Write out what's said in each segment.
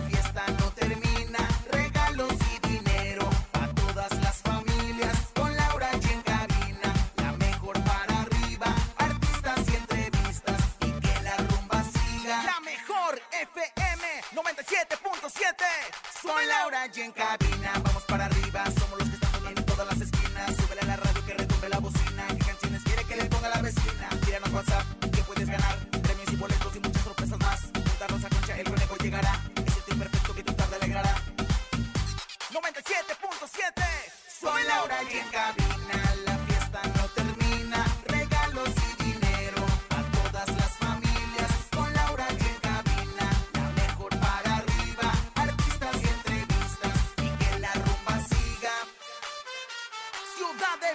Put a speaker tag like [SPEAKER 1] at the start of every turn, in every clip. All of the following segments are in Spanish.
[SPEAKER 1] fiesta no termina. Regalos y dinero a todas las familias. Con Laura y en cabina, la mejor para arriba. Artistas y entrevistas y que la rumba siga. La mejor FM 97.7. Soy Laura y en cabina, vamos para arriba. Somos los que están sonando en todas las esquinas. Súbele a la radio que retumbe la bocina. ¿Qué canciones quiere que le ponga la vecina? Tíranos WhatsApp que puedes ganar. Premios y boletos y muchas sorpresas más. Juntarnos a concha, el conejo llegará. Es el tiempo perfecto que tu tarde alegrará. 97.7 Soy Laura y en cabina La fiesta no termina Regalos y dinero A todas las familias Con Laura y en cabina La mejor para arriba Artistas y entrevistas Y que la rumba siga Ciudad de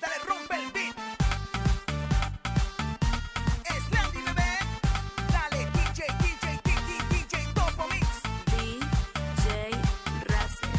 [SPEAKER 1] dale rompe el beat. Slandy bebé, dale DJ, DJ, DJ, DJ, Topo Mix.
[SPEAKER 2] DJ Racer.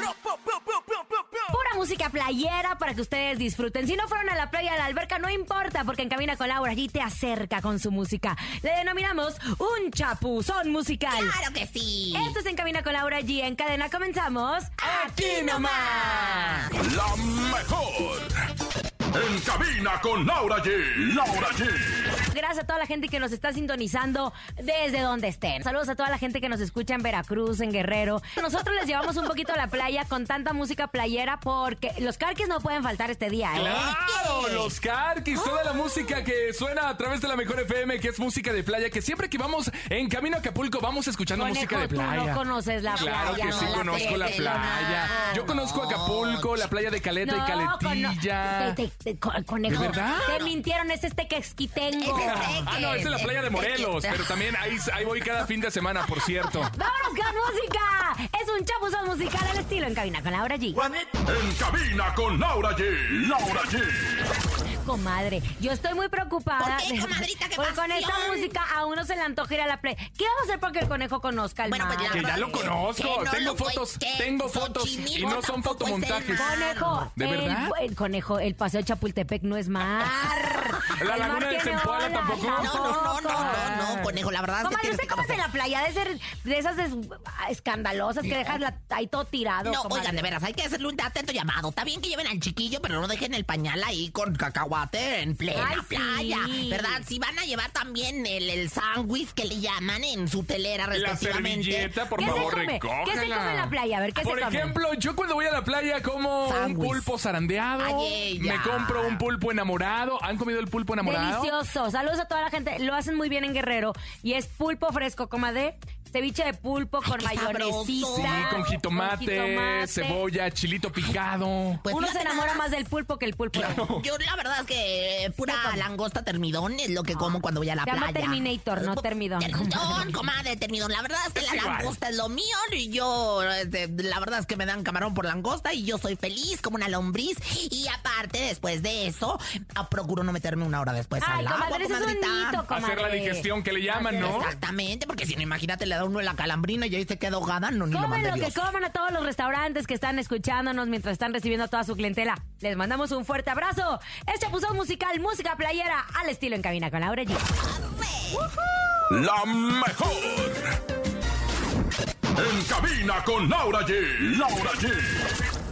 [SPEAKER 1] Ro, po, po, po, po, po, po.
[SPEAKER 2] Pura música playera para que ustedes disfruten. Si no fueron a la playa, a la alberca, no importa, porque en Cabina con Laura allí te acerca con su música. Le denominamos un chapuzón musical.
[SPEAKER 3] ¡Claro que sí!
[SPEAKER 2] Esto es En Cabina con Laura allí en cadena. Comenzamos aquí nomás.
[SPEAKER 4] La mejor. En cabina con Laura G. Laura G.
[SPEAKER 2] Gracias a toda la gente que nos está sintonizando desde donde estén. Saludos a toda la gente que nos escucha en Veracruz, en Guerrero. Nosotros les llevamos un poquito a la playa con tanta música playera porque los carques no pueden faltar este día, ¿eh?
[SPEAKER 5] ¡Claro! Los Carquis, toda la música que suena a través de la mejor FM, que es música de playa, que siempre que vamos en camino a Acapulco vamos escuchando
[SPEAKER 2] Conejo,
[SPEAKER 5] música de
[SPEAKER 2] tú
[SPEAKER 5] playa.
[SPEAKER 2] no conoces la
[SPEAKER 5] Claro
[SPEAKER 2] playa,
[SPEAKER 5] que
[SPEAKER 2] no
[SPEAKER 5] sí,
[SPEAKER 2] la
[SPEAKER 5] conozco la
[SPEAKER 3] conoces,
[SPEAKER 5] playa.
[SPEAKER 3] no.
[SPEAKER 5] Yo conozco Acapulco, la playa de Caleta y
[SPEAKER 2] No,
[SPEAKER 5] Caletilla.
[SPEAKER 2] cono- te- te- te- co- conejo.
[SPEAKER 5] ¿De verdad?
[SPEAKER 2] Te mintieron, es este que exquitengo.
[SPEAKER 3] Es este.
[SPEAKER 5] Ah, no, es de la playa de Morelos, pero también ahí, ahí voy cada fin de semana, por cierto.
[SPEAKER 2] ¡Vámonos con música! Es un chapuzón musical al estilo en cabina con Laura G.
[SPEAKER 4] En cabina con Laura G. Laura G.
[SPEAKER 2] Comadre, yo estoy muy preocupada.
[SPEAKER 3] ¿Por qué, comadrita? ¿Qué
[SPEAKER 2] Porque con
[SPEAKER 3] pasión?
[SPEAKER 2] esta música a uno se le antoja ir a la playa. ¿Qué vamos a hacer porque el conejo conozca el
[SPEAKER 3] Bueno, pues
[SPEAKER 2] mar?
[SPEAKER 3] la
[SPEAKER 5] Que ya
[SPEAKER 3] verdad
[SPEAKER 5] lo
[SPEAKER 3] es
[SPEAKER 5] conozco,
[SPEAKER 3] que no
[SPEAKER 5] tengo
[SPEAKER 3] lo fue-
[SPEAKER 5] fotos,
[SPEAKER 3] que
[SPEAKER 5] tengo fotos y
[SPEAKER 3] Xochimilco
[SPEAKER 5] no son
[SPEAKER 3] tampoco es el
[SPEAKER 5] fotomontajes.
[SPEAKER 3] mar.
[SPEAKER 2] Conejo,
[SPEAKER 5] ¿De
[SPEAKER 2] el-
[SPEAKER 5] verdad?
[SPEAKER 2] El, conejo, el paseo de Chapultepec no es mar. El
[SPEAKER 5] La
[SPEAKER 2] mar
[SPEAKER 5] laguna de
[SPEAKER 2] tiene
[SPEAKER 5] Zempoala
[SPEAKER 2] olas,
[SPEAKER 5] tampoco.
[SPEAKER 3] No, no, no, no, no, no, conejo, la verdad es que
[SPEAKER 2] Comadre,
[SPEAKER 3] tienes
[SPEAKER 2] ¿usted
[SPEAKER 3] que
[SPEAKER 2] cómo se
[SPEAKER 3] conocer.
[SPEAKER 2] la playa? De, ser, de esas es- escandalosas que dejas la- ahí todo tirado.
[SPEAKER 3] No,
[SPEAKER 2] comadre.
[SPEAKER 3] oigan, de veras, hay que hacerle un atento llamado. Está bien que lleven al chiquillo, pero no dejen el pañal ahí con cacahuate en plena
[SPEAKER 2] Ay, sí.
[SPEAKER 3] playa. ¿Verdad? Si van a llevar también el, el sándwich que le llaman en su telera
[SPEAKER 5] La
[SPEAKER 3] respectivamente.
[SPEAKER 5] servilleta, por
[SPEAKER 2] ¿Qué se
[SPEAKER 5] favor,
[SPEAKER 2] come? ¿Qué se
[SPEAKER 5] recógela.
[SPEAKER 2] come en la playa? A ver, ¿qué se
[SPEAKER 5] Por
[SPEAKER 2] come?
[SPEAKER 5] ejemplo, yo cuando voy a la playa como un
[SPEAKER 3] Sándwich.
[SPEAKER 5] pulpo zarandeado.
[SPEAKER 3] Ay, ella.
[SPEAKER 5] me compro un pulpo enamorado. ¿Han comido el pulpo enamorado?
[SPEAKER 2] Delicioso. Saludos a toda la gente. Lo hacen muy bien en Guerrero. Y es pulpo fresco, comadre. Ceviche de pulpo con
[SPEAKER 3] qué sabroso.
[SPEAKER 2] mayonesita.
[SPEAKER 3] Sí,
[SPEAKER 5] Sí, con
[SPEAKER 2] con
[SPEAKER 5] jitomate,
[SPEAKER 2] jitomate.
[SPEAKER 5] cebolla, chilito picado.
[SPEAKER 3] Pues
[SPEAKER 2] Uno se
[SPEAKER 3] fíjate
[SPEAKER 2] enamora
[SPEAKER 3] nada
[SPEAKER 2] más del pulpo que el pulpo.
[SPEAKER 5] Claro.
[SPEAKER 3] Yo la verdad es que pura
[SPEAKER 2] Yo también.
[SPEAKER 3] langosta termidón es lo que como cuando voy a la
[SPEAKER 2] Ah. Se llama
[SPEAKER 3] playa.
[SPEAKER 2] Terminator, no
[SPEAKER 3] Bu-
[SPEAKER 2] termidón.
[SPEAKER 3] Termidón, comadre, termidón. La verdad es que
[SPEAKER 5] Es
[SPEAKER 3] la
[SPEAKER 5] igual.
[SPEAKER 3] langosta es lo mío y yo, este, la verdad es que me dan camarón por langosta y yo soy feliz como una lombriz. Y aparte, después de eso, ah, procuro no meterme una hora después
[SPEAKER 2] Ay,
[SPEAKER 3] al agua,
[SPEAKER 2] comadre, eso es un
[SPEAKER 3] comadrita.
[SPEAKER 2] mito, comadre.
[SPEAKER 5] Hacer la digestión que le llaman, ¿no?
[SPEAKER 3] Exactamente, porque si no, imagínate, le da uno la calambrina y ahí se queda ahogada, no, ni lo
[SPEAKER 2] Comen
[SPEAKER 3] mande
[SPEAKER 2] lo que
[SPEAKER 3] Dios.
[SPEAKER 2] coman a todos los restaurantes que están escuchándonos mientras están recibiendo a toda su clientela. Les mandamos un fuerte abrazo. Es Chapuzón Musical, música playera, al estilo en cabina con Laura G.
[SPEAKER 4] La mejor. En cabina con Laura G. Laura G.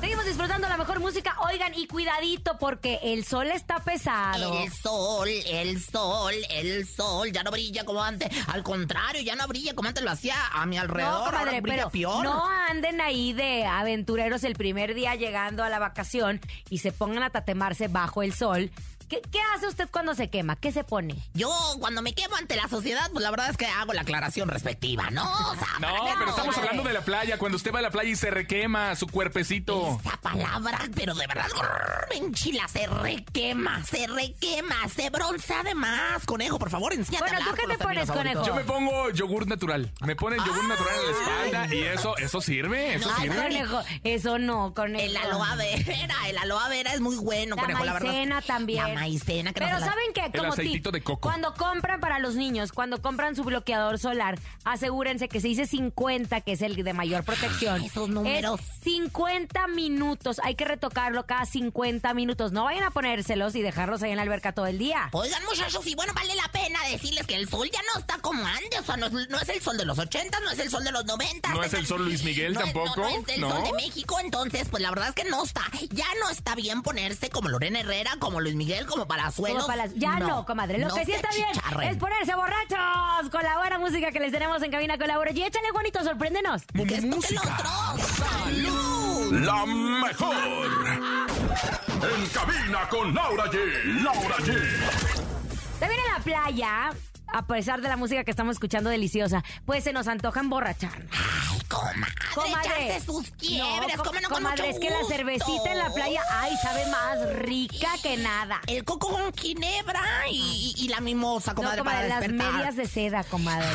[SPEAKER 2] Seguimos disfrutando la mejor música. Oigan, y cuidadito porque el sol está pesado.
[SPEAKER 3] El sol, el sol, el sol ya no brilla como antes. Al contrario, ya no brilla como antes lo hacía a mi alrededor.
[SPEAKER 2] No,
[SPEAKER 3] ahora
[SPEAKER 2] comadre,
[SPEAKER 3] brilla
[SPEAKER 2] pero
[SPEAKER 3] peor.
[SPEAKER 2] no anden ahí de aventureros el primer día llegando a la vacación y se pongan a tatemarse bajo el sol ¿Qué, qué hace usted cuando se quema? ¿Qué se pone?
[SPEAKER 3] Yo, cuando me quemo ante la sociedad, pues la verdad es que hago la aclaración respectiva, ¿no? O sea,
[SPEAKER 5] No,
[SPEAKER 3] ¿para qué
[SPEAKER 5] pero
[SPEAKER 3] hago?
[SPEAKER 5] estamos hablando de la playa. Cuando usted va a la playa y se requema su cuerpecito.
[SPEAKER 3] Esta palabra, pero de verdad, grrr, me enchila, se requema, se requema, se bronza además. Conejo, por favor, enséñate
[SPEAKER 2] Bueno,
[SPEAKER 3] a hablar
[SPEAKER 2] ¿tú qué
[SPEAKER 3] con los
[SPEAKER 2] te pones,
[SPEAKER 3] términos
[SPEAKER 2] conejo?
[SPEAKER 5] Yo me pongo yogur natural. Me ponen yogur natural en la espalda y eso, eso sirve. Eso
[SPEAKER 3] No,
[SPEAKER 2] Ay,
[SPEAKER 5] sirve.
[SPEAKER 3] no,
[SPEAKER 2] conejo. Eso no, conejo.
[SPEAKER 3] El aloe vera, el aloe vera es muy bueno,
[SPEAKER 2] La
[SPEAKER 3] conejo, la verdad.
[SPEAKER 2] maicena también.
[SPEAKER 3] La maicena, que no
[SPEAKER 2] Pero
[SPEAKER 3] se la-
[SPEAKER 2] ¿saben qué?
[SPEAKER 5] El aceitito
[SPEAKER 2] tip,
[SPEAKER 5] de coco.
[SPEAKER 2] Cuando compran para los niños, cuando compran su bloqueador solar, asegúrense que se dice 50, que es el de mayor protección.
[SPEAKER 3] esos números.
[SPEAKER 2] Es 50 minutos. Hay que retocarlo cada 50 minutos. No vayan a ponérselos y dejarlos ahí en la alberca todo el día.
[SPEAKER 3] Oigan, muchachos, y bueno, vale la pena decirles que el sol ya no está como antes. O sea, no es, no es el sol de los 80, no es el sol de los 90.
[SPEAKER 5] No es
[SPEAKER 3] Tengan-
[SPEAKER 5] el sol Luis Miguel
[SPEAKER 3] no es- no,
[SPEAKER 5] tampoco,
[SPEAKER 3] No, es el
[SPEAKER 5] ¿no?
[SPEAKER 3] sol de México. Entonces, pues la verdad es que no está. Ya no está bien ponerse como Lorena Herrera, como Luis Miguel, como Palazuelos.
[SPEAKER 2] Como para las- Ya no, comadre. Lo
[SPEAKER 3] no
[SPEAKER 2] que sí
[SPEAKER 3] se
[SPEAKER 2] está bien
[SPEAKER 3] achicharren.
[SPEAKER 2] es ponerse borrachos con la buena música que les tenemos en cabina con Laura. Y échale, bonito, sorpréndenos.
[SPEAKER 3] Que esto que
[SPEAKER 5] Música.
[SPEAKER 3] lo otro. ¡Salud!
[SPEAKER 4] La mejor. En cabina con Laura G. Laura G.
[SPEAKER 2] También en la playa, a pesar de la música que estamos escuchando deliciosa, pues se nos antoja emborracharnos.
[SPEAKER 3] Ay, comadre, echarse Ah, sus quiebres.
[SPEAKER 2] No,
[SPEAKER 3] cómo no, con
[SPEAKER 2] comadre,
[SPEAKER 3] mucho
[SPEAKER 2] es que la
[SPEAKER 3] gusto.
[SPEAKER 2] cervecita en la playa, ay, sabe más rica que nada.
[SPEAKER 3] El coco con ginebra y, y- y la mimosa,
[SPEAKER 2] No,
[SPEAKER 3] comadre,
[SPEAKER 2] comadre,
[SPEAKER 3] para
[SPEAKER 2] las
[SPEAKER 3] despertar.
[SPEAKER 2] medias de seda, comadre.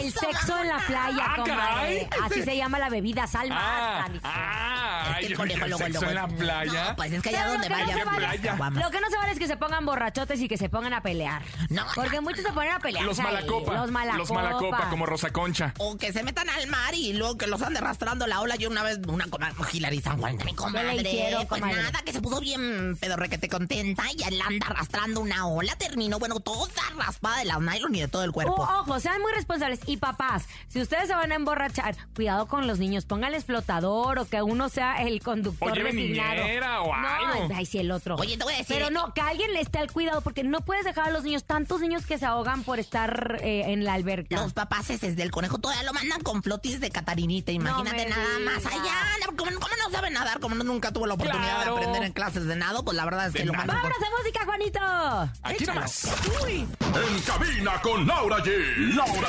[SPEAKER 2] El sexo en la playa,
[SPEAKER 5] Ah,
[SPEAKER 2] comadre.
[SPEAKER 5] caray.
[SPEAKER 2] Así se llama la bebida, sal
[SPEAKER 5] Ah,
[SPEAKER 2] más.
[SPEAKER 5] ah,
[SPEAKER 3] Es que,
[SPEAKER 5] ay, yo
[SPEAKER 3] conejo,
[SPEAKER 5] dije,
[SPEAKER 3] luego,
[SPEAKER 5] sexo
[SPEAKER 3] luego-
[SPEAKER 5] en la playa.
[SPEAKER 3] No, pues es que allá
[SPEAKER 2] Pero
[SPEAKER 3] donde
[SPEAKER 2] lo que no
[SPEAKER 3] vaya.
[SPEAKER 2] se vale-
[SPEAKER 5] playa.
[SPEAKER 3] Guamas.
[SPEAKER 2] Lo que no se vale es que se pongan borrachotes y que se pongan a pelear.
[SPEAKER 3] No,
[SPEAKER 2] Porque muchos se ponen a pelear.
[SPEAKER 5] Los
[SPEAKER 2] ay,
[SPEAKER 5] malacopa.
[SPEAKER 2] Los malacopa.
[SPEAKER 5] Los malacopa, como Rosa Concha.
[SPEAKER 3] O que se metan al mar y luego que los ande arrastrando la ola. Yo una vez, una comadre, Hilary San Juan, mi comadre.
[SPEAKER 2] hicieron,
[SPEAKER 3] pues
[SPEAKER 2] comadre?
[SPEAKER 3] nada, que se puso bien pedorrequete contenta y él anda arrastrando una ola. Terminó, bueno, toda raspada de las nylon y de todo el
[SPEAKER 2] O,
[SPEAKER 3] cuerpo.
[SPEAKER 2] Oh, ojo, sean muy responsables. Y papás, si ustedes se van a emborrachar, cuidado con los niños. Pónganles flotador o que uno sea el conductor
[SPEAKER 5] O lleven
[SPEAKER 2] designado.
[SPEAKER 5] niñera o
[SPEAKER 2] no,
[SPEAKER 5] algo.
[SPEAKER 2] ay, sí, el otro.
[SPEAKER 3] Oye, te voy a decir-
[SPEAKER 2] Pero no, que alguien le esté al cuidado, porque no puedes dejar a los niños, tantos niños que se ahogan por estar eh, en la alberca.
[SPEAKER 3] Los papaces desde el conejo todavía lo mandan con flotis de Catarinita, imagínate
[SPEAKER 2] me
[SPEAKER 3] nada
[SPEAKER 2] digas.
[SPEAKER 3] más allá. no, Como, como no sabe nadar, como no- nunca tuvo la oportunidad
[SPEAKER 5] Claro.
[SPEAKER 3] de aprender en clases de nado, pues la verdad es que
[SPEAKER 5] De
[SPEAKER 3] lo
[SPEAKER 5] nada.
[SPEAKER 3] mandan con-
[SPEAKER 2] ¡Vámonos a música, Juanito!
[SPEAKER 5] Aquí
[SPEAKER 3] Échalo.
[SPEAKER 5] nomás.
[SPEAKER 4] En cabina con Laura G. Laura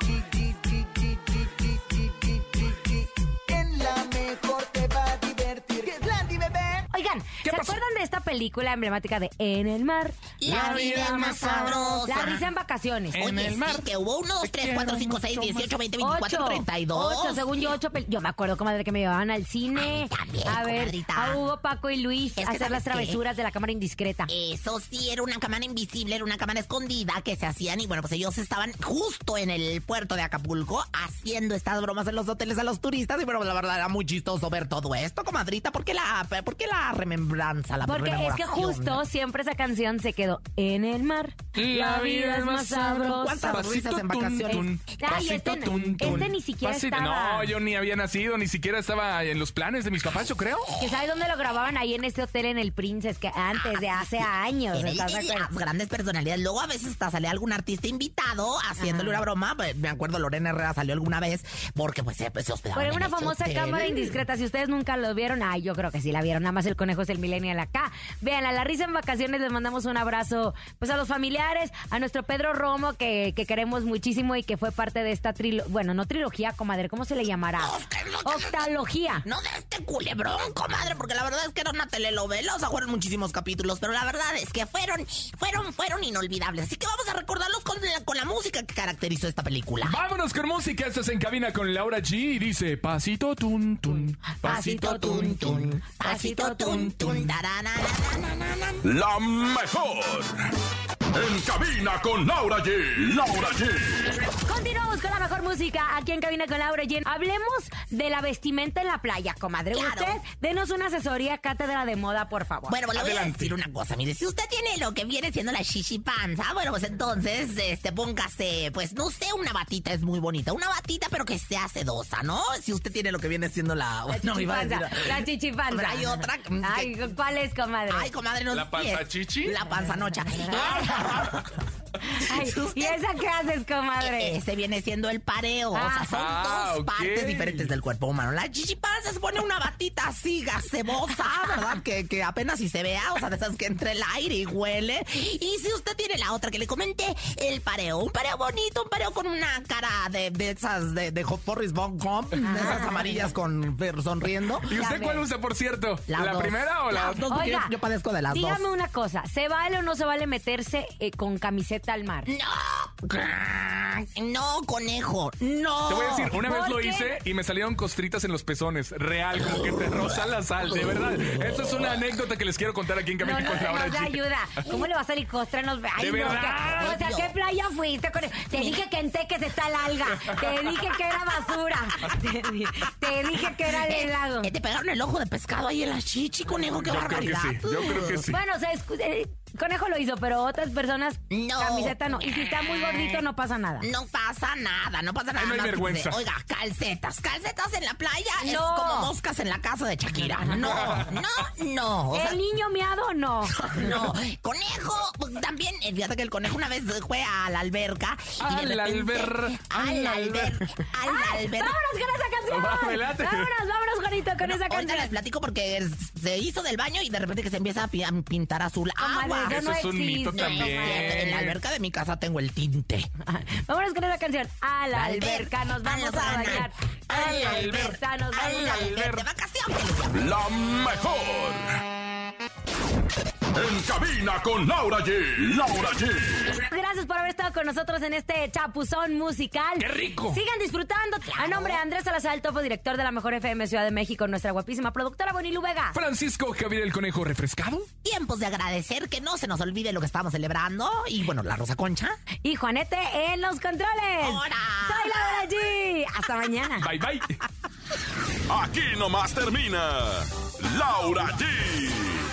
[SPEAKER 6] G, G, G, G, G, G, G, G, G, G. En la mejor te va a divertir. ¡Que es Landy, bebé!
[SPEAKER 2] Oigan, ¿se
[SPEAKER 5] pasó?
[SPEAKER 2] acuerdan de esta película emblemática de En el mar?
[SPEAKER 3] La vida es más sabrosa.
[SPEAKER 2] La risa en vacaciones.
[SPEAKER 5] En
[SPEAKER 3] Oye,
[SPEAKER 5] el
[SPEAKER 3] sí,
[SPEAKER 5] mar.
[SPEAKER 3] que hubo unos 3, 4, 5, 6, 18, 20, 24,
[SPEAKER 2] Ocho.
[SPEAKER 3] 32.
[SPEAKER 2] Ocho, según yo, ocho. pel- Yo me acuerdo, comadre, que me llevaban al cine.
[SPEAKER 3] A mí también,
[SPEAKER 2] a ver,
[SPEAKER 3] comadrita.
[SPEAKER 2] a Hugo, Paco y Luis
[SPEAKER 3] Es que
[SPEAKER 2] a hacer las
[SPEAKER 3] ¿sabes qué? Eh,
[SPEAKER 2] travesuras de la cámara indiscreta.
[SPEAKER 3] Eso sí, era una cámara invisible, era una cámara escondida que se hacían y bueno, pues ellos estaban justo en el puerto de Acapulco haciendo estas bromas en los hoteles a los turistas y bueno, la verdad era muy chistoso ver todo esto, comadrita, ¿por qué la, por qué la remembranza, la
[SPEAKER 2] Porque es que
[SPEAKER 3] rememoración?
[SPEAKER 2] justo siempre esa canción se quedó en el mar. La vida es más sabrosa.
[SPEAKER 3] ¿Cuántas risas en vacaciones?
[SPEAKER 2] Ay, este- este ni siquiera estaba.
[SPEAKER 5] No, yo ni había nacido, ni siquiera estaba en los planes de mis papás, yo creo.
[SPEAKER 2] Que sabes dónde lo grababan ahí en este hotel en el Princess, que antes de hace años.
[SPEAKER 3] Era Ah, el
[SPEAKER 2] ¿estás de
[SPEAKER 3] de
[SPEAKER 2] acuerdo?
[SPEAKER 3] las grandes personalidades. Luego a veces hasta sale algún artista invitado haciéndole una broma. Pues, Me acuerdo, Lorena Herrera salió alguna vez porque pues se, pues, se hospedaba.
[SPEAKER 2] Pero
[SPEAKER 3] en
[SPEAKER 2] una
[SPEAKER 3] ese
[SPEAKER 2] famosa
[SPEAKER 3] hotel.
[SPEAKER 2] cámara indiscreta, si ustedes nunca lo vieron, ay, yo creo que sí la vieron, nada más el conejo es el millennial acá. Vean, a la risa en vacaciones les mandamos un abrazo, pues a los familiares, a nuestro Pedro Romo, que, que queremos muchísimo y que fue parte de esta trilogía, bueno, no trilogía, comadre, ¿cómo se le llamará?
[SPEAKER 3] No, es que no-
[SPEAKER 2] Octalogía.
[SPEAKER 3] No de este culebrón, comadre, porque la verdad es que era una telenovela, o sea, fueron muchísimos capítulos, pero la verdad es que fueron, fueron, fueron inolvidables. Así que vamos a recordarlos con la, con la música que caracterizó esta película.
[SPEAKER 5] Vámonos con música, esto es En Cabina con Laura G y dice Pasito tun tun, pasito tun tun.
[SPEAKER 3] pasito tun tun, tararararararara.
[SPEAKER 4] La mejor. En cabina con Laura G. Laura G.
[SPEAKER 2] Continuamos con la mejor música aquí en Cabina con Laura Jen. Hablemos de la vestimenta en la playa, comadre.
[SPEAKER 3] Claro.
[SPEAKER 2] Usted, denos una asesoría, cátedra de moda, por favor.
[SPEAKER 3] Bueno, pues le voy a
[SPEAKER 5] Adelante.
[SPEAKER 3] decir una cosa. Mire, si usted tiene lo que viene siendo la shishi panza, bueno, pues entonces, este, póngase, pues no sé, una batita es muy bonita. Una batita, pero que sea sedosa, ¿no? Si usted tiene lo que viene siendo la.
[SPEAKER 2] la
[SPEAKER 3] no, iba a
[SPEAKER 2] chichipanza.
[SPEAKER 3] decir-
[SPEAKER 2] La chichipanza.
[SPEAKER 3] Pero hay otra que-
[SPEAKER 2] Ay, ¿cuál es, comadre?
[SPEAKER 3] Ay, comadre, no
[SPEAKER 5] ¿La
[SPEAKER 3] pies.
[SPEAKER 5] panzachichi?
[SPEAKER 3] La panzanocha.
[SPEAKER 2] Ay,
[SPEAKER 3] si usted-
[SPEAKER 2] ¿Y esa qué haces, comadre?
[SPEAKER 3] Ese viene siendo el pareo. o sea, son
[SPEAKER 5] Ah,
[SPEAKER 3] dos
[SPEAKER 5] ok.
[SPEAKER 3] partes diferentes del cuerpo humano. La chichipanza se pone una batita así, gasebosa, ¿verdad? Que, que apenas si se vea, o sea, de esas que entre el aire y huele. Y si usted tiene la otra que le comenté, el pareo. Un pareo bonito, un pareo con una cara de, de esas de, de Hot Porris Bon Gump, de
[SPEAKER 2] Ah.
[SPEAKER 3] esas amarillas con sonriendo.
[SPEAKER 5] ¿Y usted
[SPEAKER 2] ve.
[SPEAKER 5] cuál usa, por cierto?
[SPEAKER 3] Las
[SPEAKER 5] ¿La
[SPEAKER 3] dos.
[SPEAKER 5] primera o la
[SPEAKER 3] Las
[SPEAKER 5] otra?
[SPEAKER 3] dos, porque yo padezco de las dos.
[SPEAKER 2] dígame una cosa, ¿se vale o no se vale meterse eh, con camiseta al mar?
[SPEAKER 3] No, no, conejo, no.
[SPEAKER 5] Te voy a decir, una vez
[SPEAKER 2] Oh, ¿Por
[SPEAKER 5] lo
[SPEAKER 2] qué?
[SPEAKER 5] hice y me salieron costritas en los pezones. Real, como que te roza la sal, de verdad. Esta es una anécdota que les quiero contar aquí en
[SPEAKER 2] No,
[SPEAKER 5] Camino
[SPEAKER 2] no,
[SPEAKER 5] con Laura
[SPEAKER 2] no,
[SPEAKER 5] G.
[SPEAKER 2] ayuda. ¿Cómo le va a salir costra? Nos... Ay,
[SPEAKER 5] ¿De
[SPEAKER 2] no,
[SPEAKER 5] verdad?
[SPEAKER 2] que- o sea, ¿qué playa fuiste con él? Te dije que en Teques está el alga. Te dije que era basura. Te, di- te dije que era el lago.
[SPEAKER 3] Eh, eh, te pegaron el ojo de pescado ahí en la chichi, conejo, qué
[SPEAKER 5] Yo creo que
[SPEAKER 3] barbaridad.
[SPEAKER 5] sí, yo creo que sí.
[SPEAKER 2] Bueno, o sea, escu- eh, Conejo lo hizo, pero otras personas,
[SPEAKER 3] No.
[SPEAKER 2] camiseta no. Y si está muy gordito, no pasa nada.
[SPEAKER 3] No pasa nada, no pasa nada.
[SPEAKER 5] Ahí no hay
[SPEAKER 3] más que
[SPEAKER 5] vergüenza.
[SPEAKER 3] dice, Oiga, calcetas, calcetas en la playa es
[SPEAKER 2] No.
[SPEAKER 3] como moscas en la casa de Shakira. No, no, no. O sea,
[SPEAKER 2] ¿El niño miado? No.
[SPEAKER 3] no. Conejo, también, eh, fíjate que el conejo una vez fue a la alberca.
[SPEAKER 5] A
[SPEAKER 3] y de
[SPEAKER 5] la
[SPEAKER 3] repente-
[SPEAKER 5] alber-
[SPEAKER 3] A la
[SPEAKER 5] a la alber-
[SPEAKER 3] alberca. A la
[SPEAKER 2] ¡Ay,
[SPEAKER 3] alberca.
[SPEAKER 2] ¡Vámonos con esa canción!
[SPEAKER 5] Va, me late.
[SPEAKER 2] ¡Vámonos, vámonos, Juanito, con esa
[SPEAKER 3] Ahorita
[SPEAKER 2] canción!
[SPEAKER 3] les platico porque es- se hizo del baño y de repente que se empieza a pi- a pintar azul.
[SPEAKER 2] Comadre,
[SPEAKER 3] Agua.
[SPEAKER 2] yo
[SPEAKER 5] Eso es un mito
[SPEAKER 2] existo,
[SPEAKER 5] también.
[SPEAKER 2] comadre.
[SPEAKER 3] En la alberca de mi casa tengo el tinte.
[SPEAKER 2] Vámonos con esa canción. A la alberca nos vamos a
[SPEAKER 3] Ana.
[SPEAKER 2] bañar. A la alberca nos
[SPEAKER 3] A
[SPEAKER 2] vamos
[SPEAKER 3] la
[SPEAKER 2] a
[SPEAKER 3] alberca. De vacaciones.
[SPEAKER 4] La mejor. En cabina con Laura G. Laura G.
[SPEAKER 2] Gracias por haber estado con nosotros en este chapuzón musical.
[SPEAKER 5] ¡Qué rico!
[SPEAKER 2] Sigan disfrutando. A nombre de Andrés Salazar, el topo director de la Mejor FM Ciudad de México, nuestra guapísima productora Bonilu Vega.
[SPEAKER 5] Francisco Javier el Conejo refrescado.
[SPEAKER 3] Tiempos de agradecer, que no se nos olvide lo que estamos celebrando. Y bueno, la Rosa Concha.
[SPEAKER 2] Y Juanete en los controles.
[SPEAKER 3] ¡Hora!
[SPEAKER 2] Soy Laura G. Hasta mañana.
[SPEAKER 5] Bye, bye.
[SPEAKER 4] Aquí nomás termina. Laura G.